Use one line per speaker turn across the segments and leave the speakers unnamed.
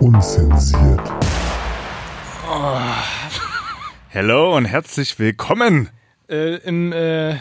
unzensiert.
Hallo und herzlich willkommen.
äh, im äh,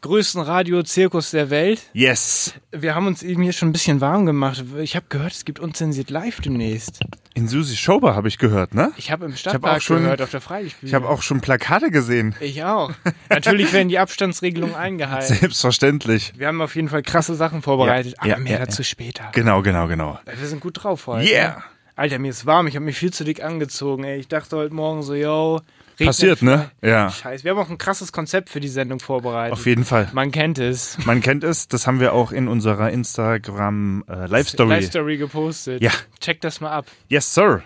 größten Radiozirkus der Welt.
Yes.
Wir haben uns eben hier schon ein bisschen warm gemacht. Ich habe gehört, es gibt unzensiert live demnächst.
In Susi Schober habe ich gehört, ne?
Ich habe im
Ich hab
Stadtpark
auch schon-
gehört, auf der Freilichtbühne.
Ich habe auch schon Plakate gesehen.
Ich auch. Natürlich werden die Abstandsregelungen eingehalten.
Selbstverständlich.
Wir haben auf jeden Fall krasse Sachen vorbereitet,
ja,
aber mehr
ja,
dazu später.
Genau, genau, genau.
Wir sind gut drauf heute. ne?
Yeah.
Alter, mir ist warm. Ich habe mich viel zu dick angezogen. Ey. Ich dachte heute Morgen so, yo. regnet
Passiert, ne? Ja.
Scheiße. Wir haben auch ein krasses Konzept für die Sendung vorbereitet.
Auf jeden Fall.
Man kennt es.
Man kennt es, das haben wir auch in unserer Instagram äh, Live Story.
Live Story gepostet.
Ja.
Check das mal ab.
Yes, sir.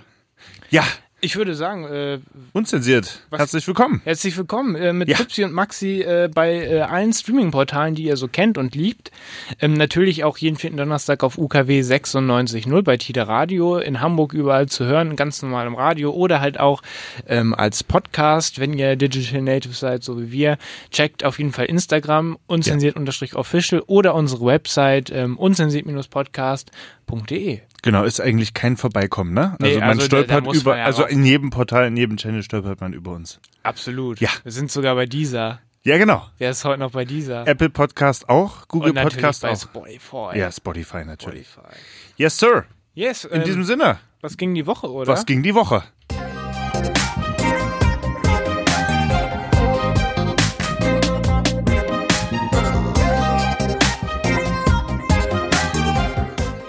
Ja,
Ich würde sagen, äh,
unzensiert.
Was?
Herzlich willkommen.
herzlich willkommen äh, mit
Ja.
Tipsy und Maxi äh, bei äh, allen Streaming-Portalen, die ihr so kennt und liebt. Ähm, natürlich auch jeden vierten Donnerstag auf UKW 96.0 bei Tida Radio, in Hamburg überall zu hören, ganz normal im Radio oder halt auch ähm, als Podcast, wenn ihr Digital Native seid, so wie wir. Checkt auf jeden Fall Instagram, unzensiert-official oder unsere Website ähm, unzensiert-podcast.de.
Genau, ist eigentlich kein Vorbeikommen, ne?
Nee,
Also man
also da- da
stolpert
muss
über,
man ja
also
rauf.
in jedem Portal, in jedem Channel stolpert man über uns.
Absolut.
Ja.
Wir sind sogar bei dieser.
Ja, genau.
Wer ist heute noch bei dieser?
Apple Podcast auch, Google
Und natürlich
Podcast
bei
auch.
Spotify.
Ja, Spotify natürlich. Yes, sir.
Yes,
In
ähm,
diesem Sinne,
was ging die Woche, oder?
was ging die Woche?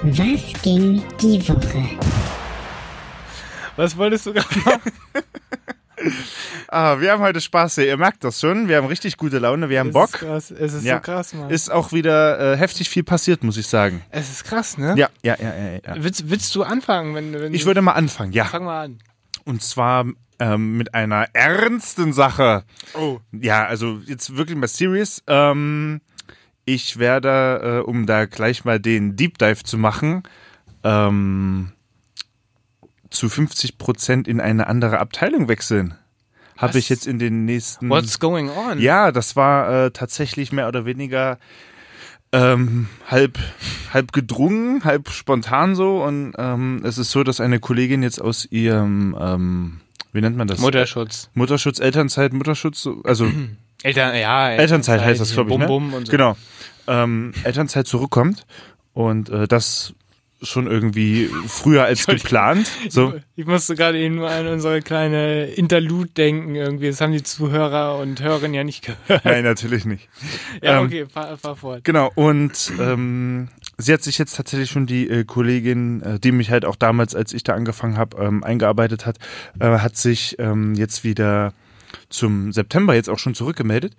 Was ging die Woche?
was wolltest du gerade machen?
Ah, wir haben heute Spaß hier. Ihr merkt das schon. Wir haben richtig gute Laune. Wir haben
Es ist
Bock.
krass, es ist so krass, Mann.
Ist auch wieder äh, heftig viel passiert, muss ich sagen.
es ist krass, ne?
Ja, ja, ja, ja. ja.
Willst, willst du anfangen, wenn, wenn
Ich würde mal anfangen, ja.
Fang mal an.
Und zwar ähm, mit einer ernsten Sache.
Oh.
Ja, also jetzt wirklich mal serious. Ähm, ich werde, äh, um da gleich mal den Deep Dive zu machen, ähm, zu 50 Prozent in eine andere Abteilung wechseln.
Was?
Habe ich jetzt in den nächsten.
What's going on?
Hm. Ja, das war äh, tatsächlich mehr oder weniger ähm, halb, halb gedrungen, halb spontan so. Und ähm, es ist so, dass eine Kollegin jetzt aus ihrem, ähm, wie nennt man das?
Mutterschutz.
Mutterschutz, Elternzeit, Mutterschutz, so- also
Eltern, ja.
Elternzeit heißt das, glaube ich.
Bum,
Ne?
bum und so.
Genau. Ähm, Elternzeit zurückkommt und äh, das schon irgendwie früher als geplant. So.
Ich musste gerade eben nur an unsere kleine Interlude denken irgendwie. Das haben die Zuhörer und Hörerinnen ja nicht gehört.
Nein, natürlich nicht.
Ja,
Ähm,
okay, fahr, fahr fort.
Genau, und ähm, sie hat sich jetzt tatsächlich schon die äh, Kollegin, äh, die mich halt auch damals, als ich da angefangen habe, ähm, eingearbeitet hat, äh, hat sich ähm, jetzt wieder zum September jetzt auch schon zurückgemeldet.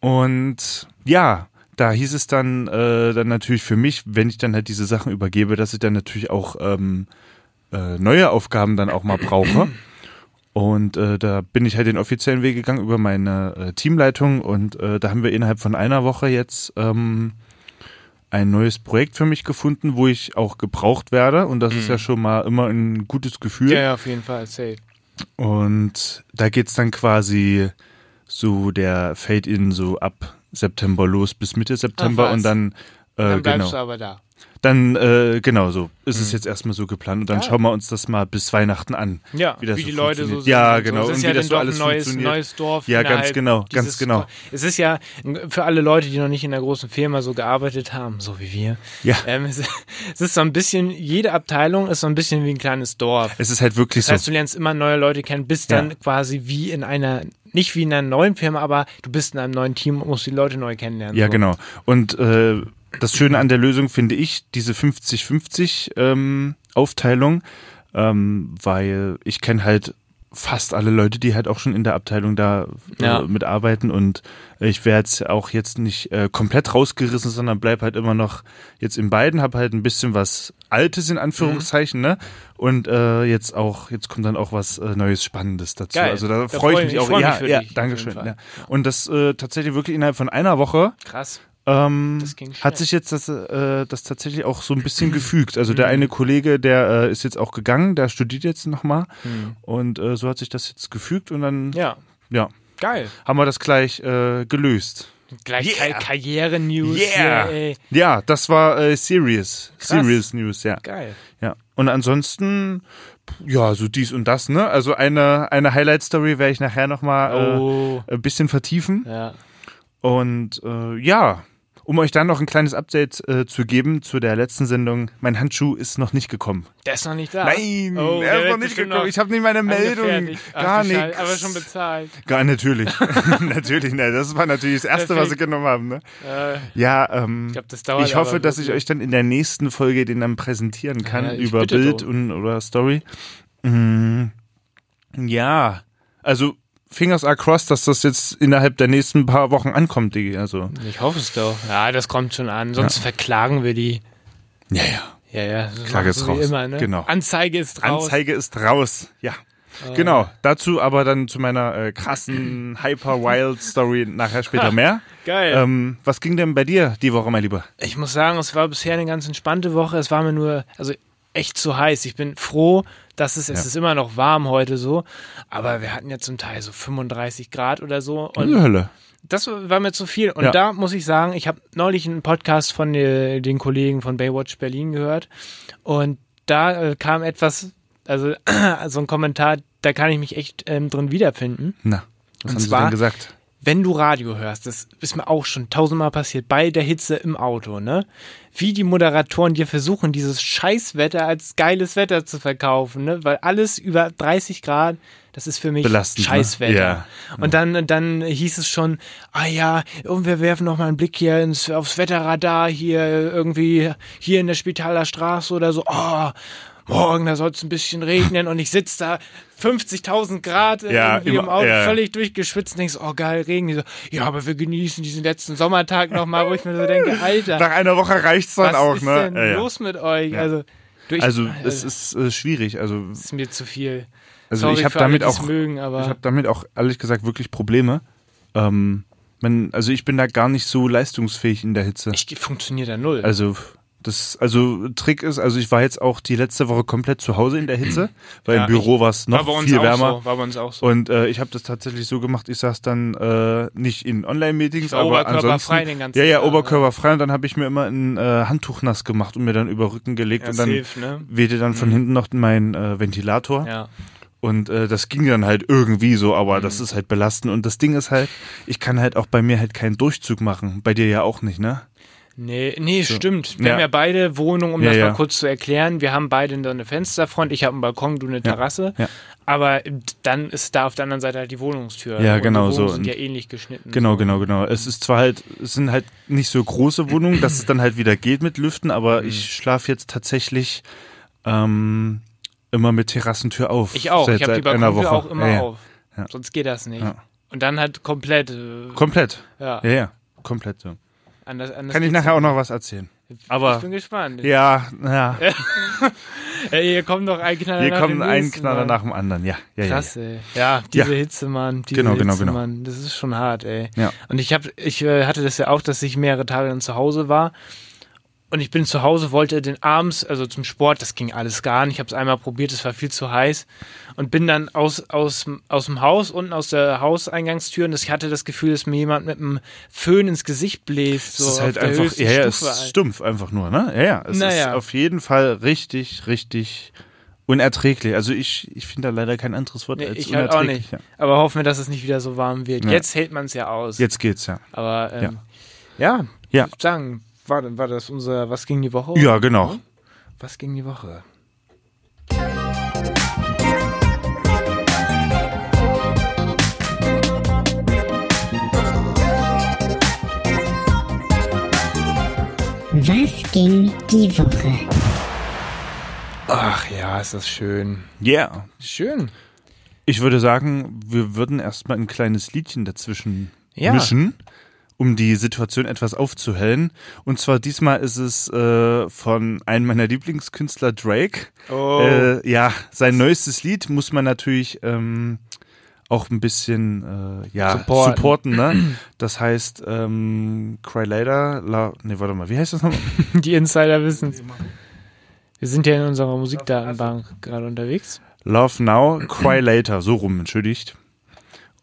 Und ja, da hieß es dann, äh, dann natürlich für mich, wenn ich dann halt diese Sachen übergebe, dass ich dann natürlich auch ähm, äh, neue Aufgaben dann auch mal brauche. Und äh, da bin ich halt den offiziellen Weg gegangen über meine äh, Teamleitung und äh, da haben wir innerhalb von einer Woche jetzt ähm, ein neues Projekt für mich gefunden, wo ich auch gebraucht werde und das ist ja schon mal immer ein gutes Gefühl.
Mhm.
Äh,
Ja, ja, auf jeden Fall. Safe.
Und da geht's dann quasi so der Fade-In so ab September los bis Mitte September
was.
und dann, äh,
Dann bleibst
genau.
du aber da. Mhm.
Dann, äh, genau so. Ist es jetzt erstmal so geplant. Und dann schauen wir uns das mal bis Weihnachten an.
Ja, wie,
das
die
so
Leute so
funktioniert.
sind.
Ja,
und so.
genau.
Es
Und
ist
wie
ja
das
dann
so
doch
alles
ein neues,
funktioniert.
neues Dorf.
Ja, ganz
innerhalb
genau,
dieses
ganz genau.
Dor- Es ist ja n- für alle Leute, die noch nicht in einer großen Firma so gearbeitet haben, so wie wir.
Ja.
Ähm, es, es ist so ein bisschen, jede Abteilung ist so ein bisschen wie ein kleines Dorf.
Es ist halt wirklich
Das heißt,
so.
du lernst immer neue Leute kennen, bist
Ja.
dann quasi wie in einer, nicht wie in einer neuen Firma, aber du bist in einem neuen Team und musst die Leute neu kennenlernen.
Ja,
so.
genau. Und äh, das Schöne an der Lösung finde ich, diese 50-50 ähm, Aufteilung, ähm, weil ich kenne halt fast alle Leute, die halt auch schon in der Abteilung da äh,
Ja.
mitarbeiten und ich wäre jetzt auch jetzt nicht äh, komplett rausgerissen, sondern bleib halt immer noch jetzt in beiden, hab halt ein bisschen was Altes in Anführungszeichen,
Mhm.
ne? Und äh, jetzt auch, jetzt kommt dann auch was äh, Neues Spannendes dazu.
Geil.
Also da,
Da
freue
freu-
ich mich
ich
auch.
freu mich
ja,
für
ja,
dich auf
Dankeschön.
jeden
Ja.
Fall.
Und das äh, tatsächlich wirklich innerhalb von einer Woche
Krass.
ähm,
Das ging schnell.
hat sich jetzt das, äh, das tatsächlich auch so ein bisschen gefügt. Also
Mhm.
der eine Kollege, der äh, ist jetzt auch gegangen, der studiert jetzt nochmal
Mhm.
und äh, so hat sich das jetzt gefügt und dann ja.
Ja, geil.
haben wir das gleich äh, gelöst.
Gleich
Yeah.
Ka- Karriere-News.
Yeah.
hier, ey.
Ja, das war äh, Serious.
Krass.
Serious News, ja.
Geil.
Ja. Und ansonsten, ja, so dies und das, ne? Also eine, eine Highlight-Story werde ich nachher nochmal
Oh.
äh, ein bisschen vertiefen.
Ja.
Und äh, ja, um euch dann noch ein kleines Update äh, zu geben zu der letzten Sendung, mein Handschuh ist noch nicht gekommen.
Der ist noch nicht da.
Nein,
Oh, der
er ist
wird
noch nicht
bestimmt
gekommen.
noch
Ich habe nicht meine Meldung.
angefertigt. Ach,
Gar
du Scheiße,
nichts.
Aber schon bezahlt.
Gar natürlich. natürlich, ne. Das war natürlich das Erste, was sie
Perfekt.
genommen haben. Ne?
Äh,
Ja, ähm, ich,
glaub, das dauert
hoffe,
aber
dass ich euch dann in der nächsten Folge den dann präsentieren kann
Ja, ich
über
bitte
Bild
drum.
und oder Story. Mm, ja, also Fingers are crossed, dass das jetzt innerhalb der nächsten paar Wochen ankommt, Digi. Also,
ich hoffe es doch. Ja, das kommt schon an. Sonst verklagen wir die.
ja, ja.
Ja, ja. so
Klage
machen
ist
sie
raus.
Immer, ne?
Genau.
Anzeige ist raus. Ah.
Anzeige ist raus. Ja. Genau, dazu aber dann zu meiner äh, krassen Hyper-Wild-Story nachher später mehr.
Geil.
Ähm, was ging denn bei dir die Woche, mein Lieber?
Ich muss sagen, es war bisher eine ganz entspannte Woche. Es war mir nur, also echt zu heiß. Ich bin froh, dass es, es ist immer noch warm heute so. Aber wir hatten ja zum Teil so 35 Grad oder so. Und
Hölle.
das war mir zu viel. Und
Ja.
da muss ich sagen, ich habe neulich einen Podcast von äh, den Kollegen von Baywatch Berlin gehört. Und da äh, kam etwas, also so ein Kommentar, da kann ich mich echt ähm, drin wiederfinden.
Na, was
Und
haben sie
zwar-
denn gesagt?
Wenn du Radio hörst, das ist mir auch schon tausendmal passiert, bei der Hitze im Auto, ne? Wie die Moderatoren dir versuchen, dieses Scheißwetter als geiles Wetter zu verkaufen, ne? Weil alles über 30 Grad, das ist für mich
Belastend, ne?
Scheißwetter.
Ja.
Und dann, dann hieß es schon, ah ja, und wir werfen noch mal einen Blick hier ins, aufs Wetterradar hier irgendwie hier in der Spitaler Straße oder so. Oh, morgen, da soll es ein bisschen regnen und ich sitze da 50.000 Grad äh,
Ja,
irgendwie im
immer-
Auto,
ja, ja.
völlig durchgeschwitzt und denkst, oh geil, Regen. Die so, ja, aber wir genießen diesen letzten Sommertag noch mal, wo ich mir so denke, Alter,
Nach einer Woche reicht's dann
was
auch,
ist
ne?
denn
Ja, ja.
los mit euch? Also, du, ich,
Also
äh,
es ist äh, schwierig. Also,
ist mir zu viel.
also
Sorry
ich habe
für alle,
damit
die es
auch,
mögen, aber
ich habe damit auch ehrlich gesagt wirklich Probleme. Ähm, man, also ich bin da gar nicht so leistungsfähig in der Hitze.
ich funktioniere da null.
Also das, also Trick ist, also ich war jetzt auch die letzte Woche komplett zu Hause in der Hitze, weil
Ja,
im Büro war es noch viel wärmer.
auch so. War bei uns auch so.
Und äh, ich habe das tatsächlich so gemacht, ich saß dann äh, nicht in Online-Meetings,
War
aber
oberkörperfrei
ansonsten,
den ganzen
ja, ja,
Tag, ne?
oberkörperfrei und dann habe ich mir immer ein äh, Handtuch nass gemacht und mir dann über Rücken gelegt
Das
und dann
hilft, ne?
wehte dann von hinten noch mein äh, Ventilator
Ja.
und äh, das ging dann halt irgendwie so, aber das
Mhm.
ist halt belastend und das Ding ist halt, ich kann halt auch bei mir halt keinen Durchzug machen, bei dir ja auch nicht, ne?
Nee, nee, stimmt. Wir
Ja.
haben ja beide Wohnungen, um
Ja,
das
ja.
mal kurz zu erklären. Wir haben beide eine Fensterfront, ich habe einen Balkon, du eine Terrasse.
Ja.
Aber dann ist da auf der anderen Seite halt die Wohnungstür.
Ja,
Und
genau
die
so.
Wohnungen sind
Und-
ja ähnlich geschnitten.
Genau, genau, genau. Es ist zwar halt, es sind halt nicht so große Wohnungen, dass es dann halt wieder geht mit Lüften,
Mhm.
aber ich schlafe jetzt tatsächlich ähm, immer mit Terrassentür auf.
Ich auch.
Seit,
ich habe die
seit einer Woche.
Balkontür auch immer
ja, ja.
auf.
Ja.
Sonst geht das nicht.
Ja.
Und dann halt komplett. Äh,
Komplett.
ja.
Ja, ja. Komplett. So.
Anders, anders
Kann ich
geht's
nachher auch noch was erzählen.
nicht.
aber-
Ich bin gespannt.
Ja, ja.
Ey, hier kommt noch ein Knaller
Hier
nach
kommt
dem
ein
nächsten,
Knaller
Mann.
nach dem anderen. Ja, ja, ja.
Krass, ey. Ja, diese
Ja.
Hitze, Mann. Diese
Genau, genau,
Hitze,
genau.
Mann. Das ist schon hart, ey.
Ja.
Und ich, hab, ich äh, hatte das ja auch, dass ich mehrere Tage dann zu Hause war. Und ich bin zu Hause, wollte den abends, also zum Sport, das ging alles gar nicht. Ich habe es einmal probiert, es war viel zu heiß. Und bin dann aus, aus, aus dem Haus, unten aus der Hauseingangstür. Und ich hatte das Gefühl, dass mir jemand mit einem Föhn ins Gesicht bläst. So
es ist halt
auf der
einfach,
höchsten
ja, ja, es
Stufe, halt.
ist
Alter.
stumpf einfach nur, ne? Ja, ja. Es ist
Naja.
auf jeden Fall richtig, richtig unerträglich. Also ich, ich finde da leider kein anderes Wort
Nee,
als
ich halt auch
unerträglich.
nicht.
Ja.
Aber hoffen wir, dass es nicht wieder so warm wird.
Ja.
Jetzt hält man es ja aus.
Jetzt geht's, ja.
Aber ähm, ja,
Ja.
ich würd sagen, war, war das unser Was ging die Woche?
Ja, genau.
Was ging die Woche?
Was ging die Woche?
Ach ja, ist das schön.
Yeah.
Schön.
Ich würde sagen, wir würden erstmal ein kleines Liedchen dazwischen
Ja.
mischen, um die Situation etwas aufzuhellen. Und zwar diesmal ist es äh, von einem meiner Lieblingskünstler, Drake.
Oh.
Äh, ja, sein neuestes Lied muss man natürlich ähm, auch ein bisschen äh, ja,
Supporten.
supporten. ne? Das heißt, ähm, Cry Later, La nee, warte mal, wie heißt das nochmal?
Die Insider wissen Wir sind ja in unserer Musikdatenbank gerade unterwegs.
Love Now, Cry Later, so rum, entschuldigt.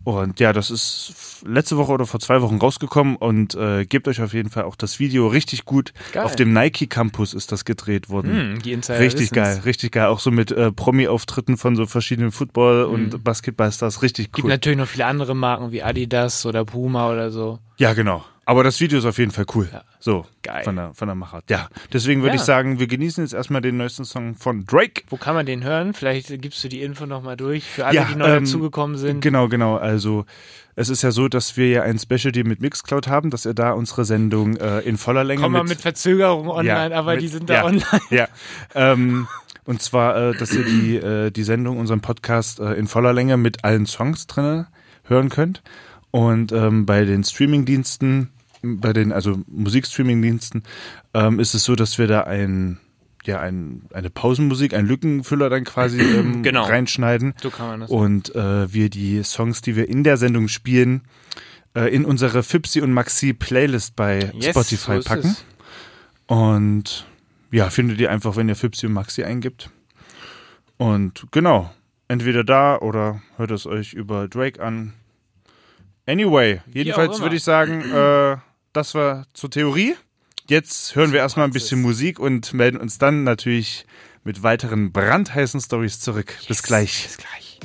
Und ja, das ist f- letzte Woche oder vor zwei Wochen rausgekommen und äh, gebt euch auf jeden Fall auch das Video richtig gut.
Geil.
Auf dem Nike Campus ist das gedreht worden.
Hm, die Insider
richtig
wissen's.
geil, richtig geil. Auch so mit äh, Promi-Auftritten von so verschiedenen Football-
Hm.
und Basketballstars. Richtig
Gibt
cool.
natürlich noch viele andere Marken wie Adidas oder Puma oder so.
Ja, genau. Aber das Video ist auf jeden Fall cool. So,
Geil.
Von, der, von der Machart. Ja, deswegen würde
Ja.
ich sagen, wir genießen jetzt erstmal den neuesten Song von Drake.
Wo kann man den hören? Vielleicht gibst du die Info nochmal durch für alle,
Ja,
die neu
ähm,
dazugekommen sind.
Genau, genau. Also es ist ja so, dass wir ja ein Special Deal mit Mixcloud haben, dass ihr da unsere Sendung äh, in voller Länge
Kommen wir mit Verzögerung online,
ja,
aber
mit-
die sind da
ja,
online.
Ja. Ähm, und zwar, äh, dass ihr die, äh, die Sendung, unseren Podcast äh, in voller Länge mit allen Songs drin äh, hören könnt. Und ähm, bei den Streamingdiensten, bei den also Musikstreamingdiensten, ähm, ist es so, dass wir da ein ja, ein, eine Pausenmusik, ein Lückenfüller dann quasi ähm,
Genau.
reinschneiden.
So kann man das
Und äh, wir die Songs, die wir in der Sendung spielen, äh, in unsere Fipsi und Maxi Playlist bei
Yes, so
Spotify
ist
packen.
es.
Und ja, findet ihr einfach, wenn ihr Fipsi und Maxi eingibt. Und genau, entweder da oder hört es euch über Drake an. Anyway, jedenfalls
immer.
würde ich sagen, äh, das war zur Theorie. Jetzt hören wir erstmal ein bisschen Musik und melden uns dann natürlich mit weiteren brandheißen Stories zurück. Bis gleich.
Bis gleich.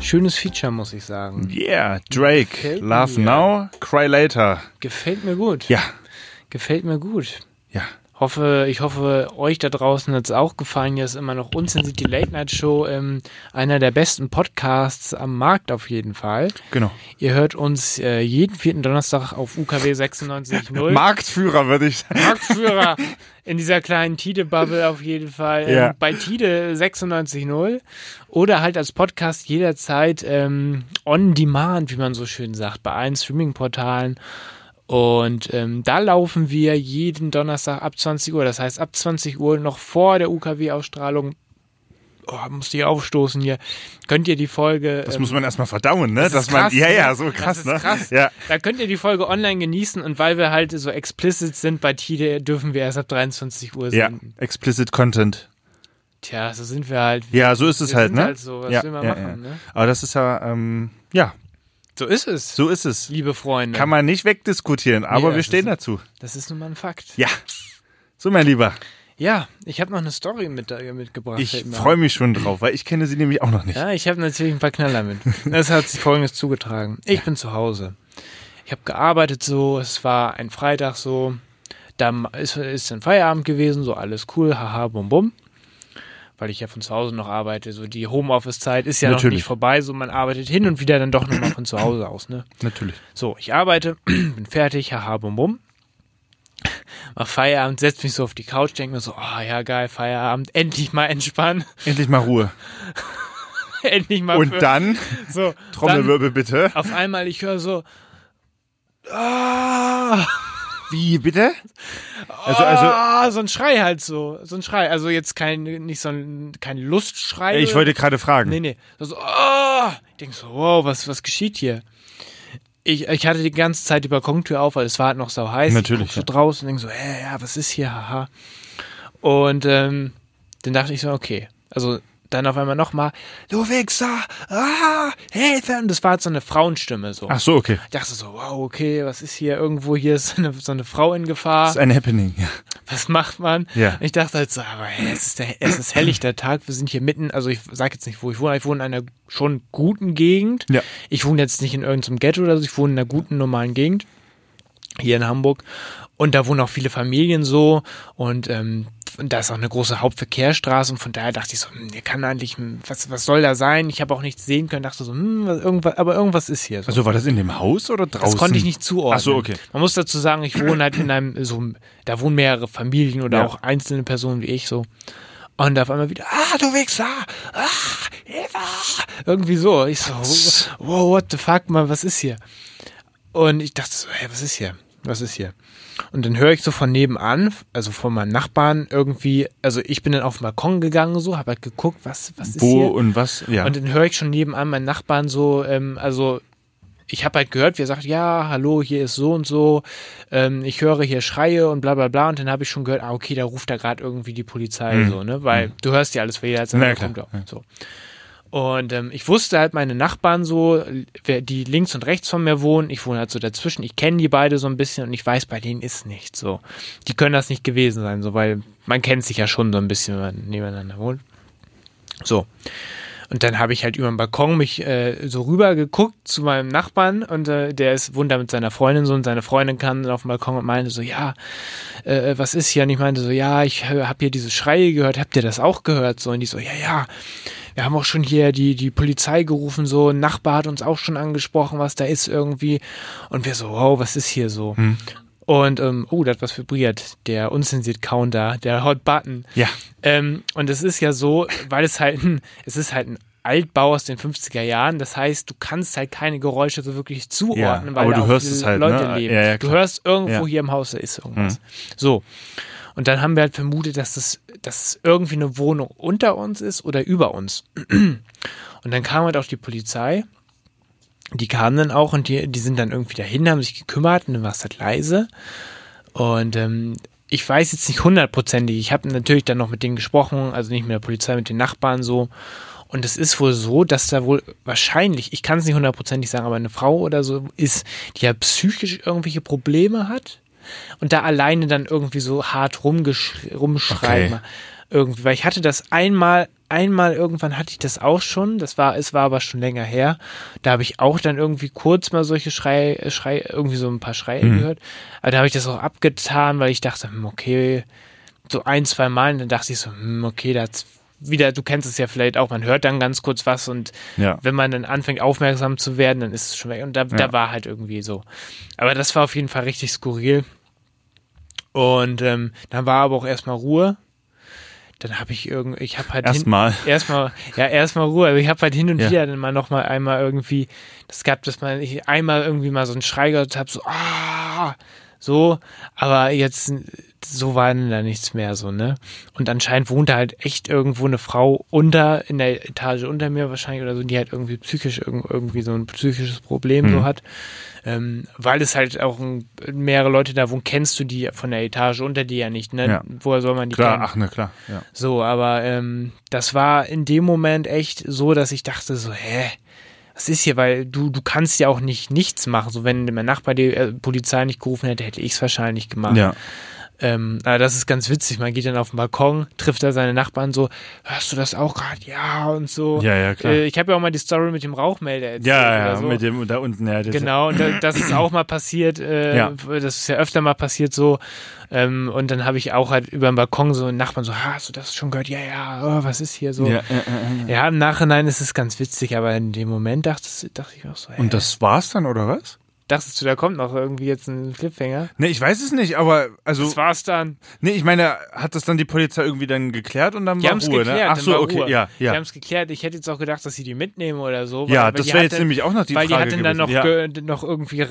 Schönes Feature, muss ich sagen.
Yeah, Drake,
Gefällt
Love
mir.
Now, Cry Later.
Gefällt mir gut.
Ja,
Gefällt mir gut.
ja.
Hoffe, ich hoffe, euch da draußen hat es auch gefallen. Hier ist immer noch unzensiert die Late Night Show. Ähm, einer der besten Podcasts am Markt auf jeden Fall.
Genau.
Ihr hört uns äh, jeden vierten Donnerstag auf UKW 96.0.
Marktführer würde ich sagen.
Marktführer in dieser kleinen Tide-Bubble auf jeden Fall. Ähm,
Ja.
Bei Tide 96.0 oder halt als Podcast jederzeit ähm, on demand, wie man so schön sagt, bei allen Streaming-Portalen. Und ähm, da laufen wir jeden Donnerstag ab 20 Uhr. Das heißt, ab 20 Uhr noch vor der UKW-Ausstrahlung. Oh, musste ich aufstoßen hier. Könnt ihr die Folge.
Das
ähm,
muss man erstmal verdauen, ne?
das
Dass
ist
man,
krass,
ja,
ne?
ja, so
Das
krass,
ist
ne?
krass.
Ja,
Da könnt ihr die Folge online genießen und weil wir halt so explicit sind bei Tide, dürfen wir erst ab 23 Uhr
ja.
senden.
Explicit Content.
Tja, so sind wir halt.
Ja, so ist es
Wir
halt,
sind
ne?
halt so, was
ja,
will man
ja,
machen,
ja.
ne?
Aber das ist ja, ähm, ja,
So ist es,
so ist es.
liebe Freunde.
Kann man nicht wegdiskutieren, aber
das
wir
ist
stehen
so.
dazu.
das ist nun mal ein Fakt.
Ja. So, mein Lieber,
Ja, ich habe noch eine Story mit, mitgebracht.
ich
fällt mir
freue mich schon drauf, weil ich kenne sie nämlich auch noch nicht.
Ja, ich habe natürlich ein paar Knaller mit. Es hat sich Folgendes zugetragen. Ich bin zu Hause. Ich habe gearbeitet so, es war ein Freitag so. Da m- ist, ist ein Feierabend gewesen, so alles cool, haha, bum bum. Weil ich ja von zu Hause noch arbeite. So die Homeoffice-Zeit ist ja noch
Natürlich.
nicht vorbei, so man arbeitet hin und wieder dann doch nochmal von zu Hause aus, ne?
Natürlich.
So, ich arbeite, bin fertig, haha, bum bum. Mach Feierabend, setz mich so auf die Couch, denk mir so, oh ja, geil, Feierabend, endlich mal entspannen,
Endlich mal Ruhe.
endlich mal für-
Und dann,
so, dann-
Trommelwirbel bitte.
Auf einmal, ich höre so. Ah,
Wie bitte? Also, also,
ah, so ein Schrei halt so. So ein Schrei. Also jetzt kein, nicht so ein, kein Lustschrei.
ich
oder
wollte gerade fragen.
Also Nee, nee. So, so, ah! Ich denke so, wow, was, was geschieht hier? Ich, ich hatte die ganze Zeit die Balkontür auf, weil es war halt noch sau heiß.
Natürlich,
Ich guck so
ja.
draußen und denke so, hä, ja, was ist hier, haha. Und ähm, dann dachte ich so, okay. Also dann auf einmal nochmal, du Wichser, ah, Hilfe. Und das war halt so eine Frauenstimme so.
Ach so, okay.
Ich dachte so, wow, okay, was ist hier? Irgendwo hier ist so eine, so eine Frau in
Das
Gefahr.
ist ein Happening. Ja.
Was macht man?
Ja.
Ich dachte halt so, aber hey, es, ist der, es ist hellig der Tag. Wir sind hier mitten, also ich sage jetzt nicht, wo ich wohne. Ich wohne in einer schon guten Gegend.
Ja.
Ich wohne jetzt nicht in irgendeinem Ghetto oder so. Ich wohne in einer guten, normalen Gegend hier in Hamburg. Und da wohnen auch viele Familien so. Und ähm, und da ist auch eine große Hauptverkehrsstraße. Und von daher dachte ich so, hm, hier kann eigentlich, hm, was, was soll da sein? Ich habe auch nichts sehen können. Dachte so, hm, was, irgendwas, aber irgendwas ist hier. So.
Also war das in dem Haus oder draußen?
Das konnte ich nicht zuordnen.
Ach so, okay.
Man muss dazu sagen, ich wohne halt in einem, so, da wohnen mehrere Familien oder
Ja.
auch einzelne Personen wie ich so. Und auf einmal wieder, ah, du Wichser! Ah, Hilfe! Irgendwie so. Ich so, wow, what the fuck, man, was ist hier? Und ich dachte so, hey, was ist hier? Was ist hier? Und dann höre ich so von nebenan, also von meinem Nachbarn irgendwie, also ich bin dann auf den Balkon gegangen, so, habe halt geguckt, was, was ist
Wo
hier?
und was? Ja.
Und dann höre ich schon nebenan meinen Nachbarn so, ähm, also ich habe halt gehört, wie er sagt, ja, hallo, hier ist so und so, ähm, ich höre hier Schreie und bla bla bla. Und dann habe ich schon gehört, ah, okay, da ruft da gerade irgendwie die Polizei, so, ne? Weil du hörst ja alles, wer jeder als
Mhm. Na,
kommt.
klar,
auch, So. Und ähm, ich wusste halt meine Nachbarn so, wer- die links und rechts von mir wohnen, ich wohne halt so dazwischen, ich kenne die beide so ein bisschen und ich weiß, bei denen ist nichts so. Die können das nicht gewesen sein, so, weil man kennt sich ja schon so ein bisschen, wenn man nebeneinander wohnt. So. Und dann habe ich halt über den Balkon mich äh, so rüber geguckt zu meinem Nachbarn und äh, der ist wohnt da mit seiner Freundin so und seine Freundin kam dann auf den Balkon und meinte so, ja, äh, was ist hier? Und ich meinte so, ja, ich habe hier diese Schreie gehört, habt ihr das auch gehört? So und die so, ja, ja, wir haben auch schon hier die, die Polizei gerufen, so ein Nachbar hat uns auch schon angesprochen, was da ist irgendwie. Und wir so, wow, was ist hier so?
Hm.
Und, ähm, oh, da hat was vibriert. Der unzensiert Counter, der Hot Button.
Ja.
Ähm, und es ist ja so, weil es halt ein, es ist halt ein Altbau aus den 50er Jahren. Das heißt, du kannst halt keine Geräusche so wirklich zuordnen,
Ja,
weil
aber
da
du
auch
hörst
viele
es halt,
Leute
ne?
leben.
Ja, ja,
du
klar.
hörst irgendwo
Ja.
hier im Haus, da ist irgendwas. So. Und dann haben wir halt vermutet, dass das, dass irgendwie eine Wohnung unter uns ist oder über uns. Und dann kam halt auch die Polizei. Die kamen dann auch und die, die sind dann irgendwie dahin, haben sich gekümmert und dann war es halt leise. Und ähm, ich weiß jetzt nicht hundertprozentig. Ich habe natürlich dann noch mit denen gesprochen, also nicht mit der Polizei, mit den Nachbarn so. Und es ist wohl so, dass da wohl wahrscheinlich, ich kann es nicht hundertprozentig sagen, aber eine Frau oder so ist, die ja psychisch irgendwelche Probleme hat und da alleine dann irgendwie so hart rumgesch- rumschreien.
Okay.
Irgendwie, weil ich hatte das einmal, einmal irgendwann hatte ich das auch schon, das war, es war aber schon länger her. Da habe ich auch dann irgendwie kurz mal solche Schrei, äh, Schrei irgendwie so ein paar Schreie
Mhm.
gehört. Aber da habe ich das auch abgetan, weil ich dachte, hm, okay, so ein, zwei Mal, und dann dachte ich so, hm, okay, da hat's wieder, du kennst es ja vielleicht auch, man hört dann ganz kurz was und
Ja.
wenn man dann anfängt aufmerksam zu werden, dann ist es schon weg. Und da, da war halt irgendwie so. Aber das war auf jeden Fall richtig skurril. Und ähm, dann war aber auch erstmal Ruhe. Dann habe ich irgendwie, ich habe halt hin-
Erstmal.
erstmal, ja, erstmal Ruhe. Also ich habe halt hin und
Ja.
wieder dann mal nochmal einmal irgendwie, das gab, dass man ich einmal irgendwie mal so einen Schrei gehört habe, so, ah, so, aber jetzt, so war dann da nichts mehr, so, ne? Und anscheinend wohnte halt echt irgendwo eine Frau unter, in der Etage unter mir wahrscheinlich oder so, die halt irgendwie psychisch, irg- irgendwie so ein psychisches Problem
Mhm.
so hat. Ähm, weil es halt auch ein, mehrere Leute da wohnen, kennst du die von der Etage unter dir ja nicht, ne?
Ja.
Woher soll man die
Klar,
kennen?
ach ne, klar. Ja.
So, aber ähm, das war in dem Moment echt so, dass ich dachte so, hä, was ist hier? Weil du, du kannst ja auch nicht nichts machen. So, wenn mein Nachbar die äh, Polizei nicht gerufen hätte, hätte ich es wahrscheinlich gemacht.
Ja.
Ähm, aber das ist ganz witzig. Man geht dann auf den Balkon, trifft da seine Nachbarn so, hörst du das auch gerade? Ja und so.
Ja, ja, klar.
Äh, ich habe ja auch mal die Story mit dem Rauchmelder erzählt.
Ja, ja,
oder so.
mit dem da unten, ja, das
Genau, und da- das ist auch mal passiert, äh,
Ja.
das ist ja öfter mal passiert so. Ähm, und dann habe ich auch halt über den Balkon so einen Nachbarn so, "Ha, hast du das schon gehört? Ja, ja, oh, was ist hier so?
Ja,
Ja,
äh, äh, äh.
im Nachhinein ist es ganz witzig, aber in dem Moment dachte, dachte ich mir auch so, hä,
Und das war's dann, oder was?
dachtest du, da kommt noch irgendwie jetzt ein Cliffhanger?
Ne, ich weiß es nicht, aber also
Das war's dann.
nee, ich meine, hat das dann die Polizei irgendwie dann geklärt und dann
Die
war
haben es
Ruhe,
geklärt.
ne? Ach
dann
so,
war
okay,
Ruhe.
ja,
Die
ja.
haben es geklärt. Ich hätte jetzt auch gedacht, dass sie die mitnehmen oder
Ja,
so. weil- weil
das
die
wäre jetzt
hatte-
nämlich auch noch die
weil
Frage
die hat dann
gewesen,
noch,
ja.
ge- noch irgendwie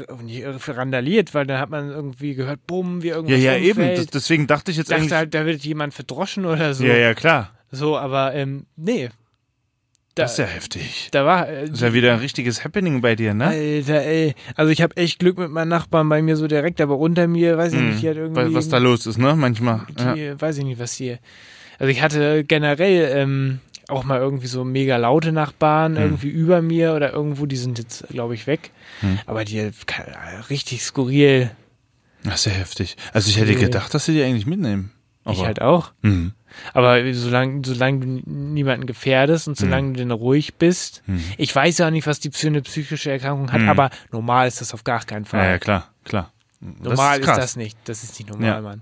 randaliert, weil dann hat man irgendwie gehört, bumm, wie
Ja,
irgendwas
ja, eben.
umfällt.
Das, deswegen dachte ich jetzt
dachte
eigentlich.
halt, da wird jemand verdroschen oder so.
ja, ja, klar.
So, aber ähm, nee. Da,
Das ist ja heftig.
da war. Äh,
Das ist ja wieder ein richtiges Happening bei dir, ne?
Alter, ey. Also ich habe echt Glück mit meinen Nachbarn bei mir so direkt, aber unter mir, weiß ich nicht, die hat
Was,
irgendwie.
Hm. was da los ist, ne? Manchmal. Ja.
die, Weiß ich nicht, was hier. Also ich hatte generell ähm, auch mal irgendwie so mega laute Nachbarn
Hm.
irgendwie über mir oder irgendwo, die sind jetzt, glaube ich, weg.
Hm.
Aber die keine Ahnung, richtig skurril.
Das ist ja heftig. Also ich hätte
Nee.
gedacht, dass sie die eigentlich mitnehmen. Aber,
ich halt auch.
Mhm.
Aber solange, solange du n- niemanden gefährdest und solange
Hm.
du denn ruhig bist, ich weiß ja nicht, was die Psy eine psychische Erkrankung hat, aber normal ist das auf gar
Hm.
keinen
Ja,
Fall.
ja, klar, klar.
normal
das
ist,
krass.
das nicht. Das ist nicht normal,
Ja.
Mann.